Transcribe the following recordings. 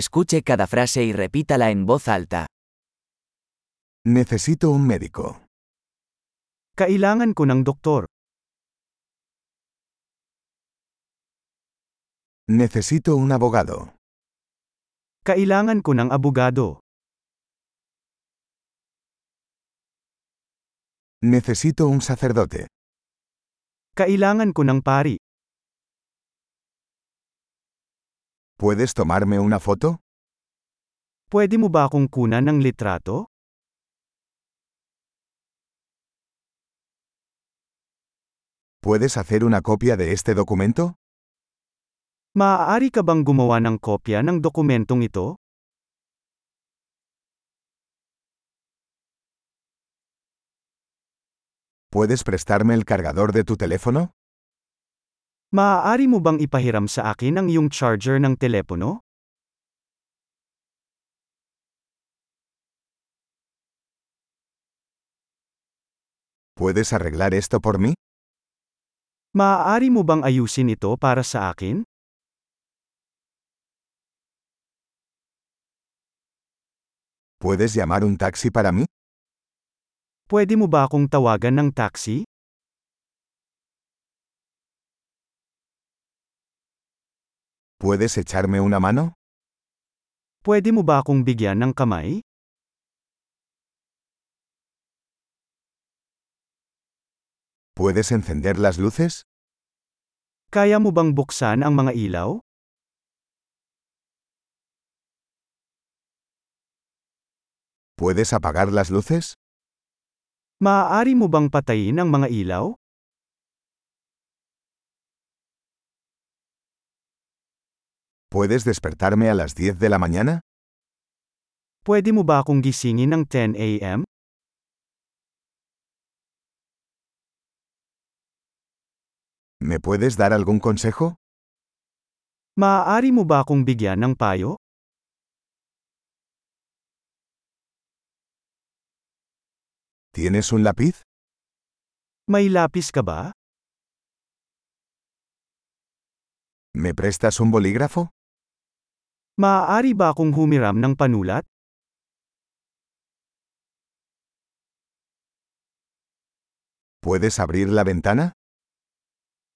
Escuche cada frase y repítala en voz alta. Necesito un médico. Kailangan ko ng doktor. Necesito un abogado. Kailangan ko ng abogado. Necesito un sacerdote. Kailangan ko ng pari. ¿Puedes tomarme una foto? Pwede mo ba akong kunan ng litrato? ¿Puedes hacer una copia de este documento? Maaari ka bang gumawa ng kopya ng dokumentong ito? ¿Puedes prestarme el cargador de tu teléfono? Maaari mo bang ipahiram sa akin ang iyong charger ng telepono? ¿Puedes arreglar esto por mí? Maaari mo bang ayusin ito para sa akin? ¿Puedes llamar un taxi para mí? Pwede mo ba akong tawagan ng taxi? ¿Puedes echarme una mano? Pwede mo ba akong bigyan ng kamay? ¿Puedes encender las luces? Kaya mo bang buksan ang mga ilaw? ¿Puedes apagar las luces? Maaari mo bang patayin ang mga ilaw? ¿Puedes despertarme a las 10 de la mañana? Pwede mo ba akong gisingin ng 10 a.m.? ¿Me puedes dar algún consejo? Maaari mo ba akong bigyan ng payo? ¿Tienes un lápiz? May lapis ka ba? ¿Me prestas un bolígrafo? Maaari ba akong humiram ng panulat? ¿Puedes abrir la ventana?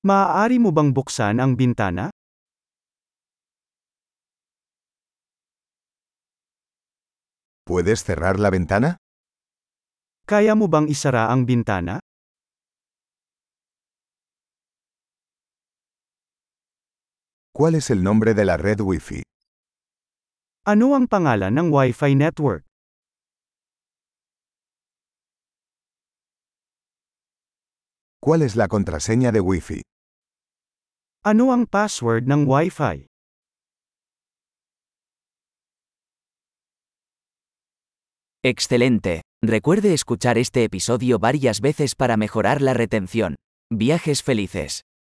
Maaari mo bang buksan ang bintana? ¿Puedes cerrar la ventana? Kaya mo bang isara ang bintana? ¿Cuál es el nombre de la red Wi-Fi? Ano ang pangalan ng Wi-Fi network? ¿Cuál es la contraseña de Wi-Fi? Ano ang password ng Wi-Fi? Excelente. Recuerde escuchar este episodio varias veces para mejorar la retención. Viajes felices.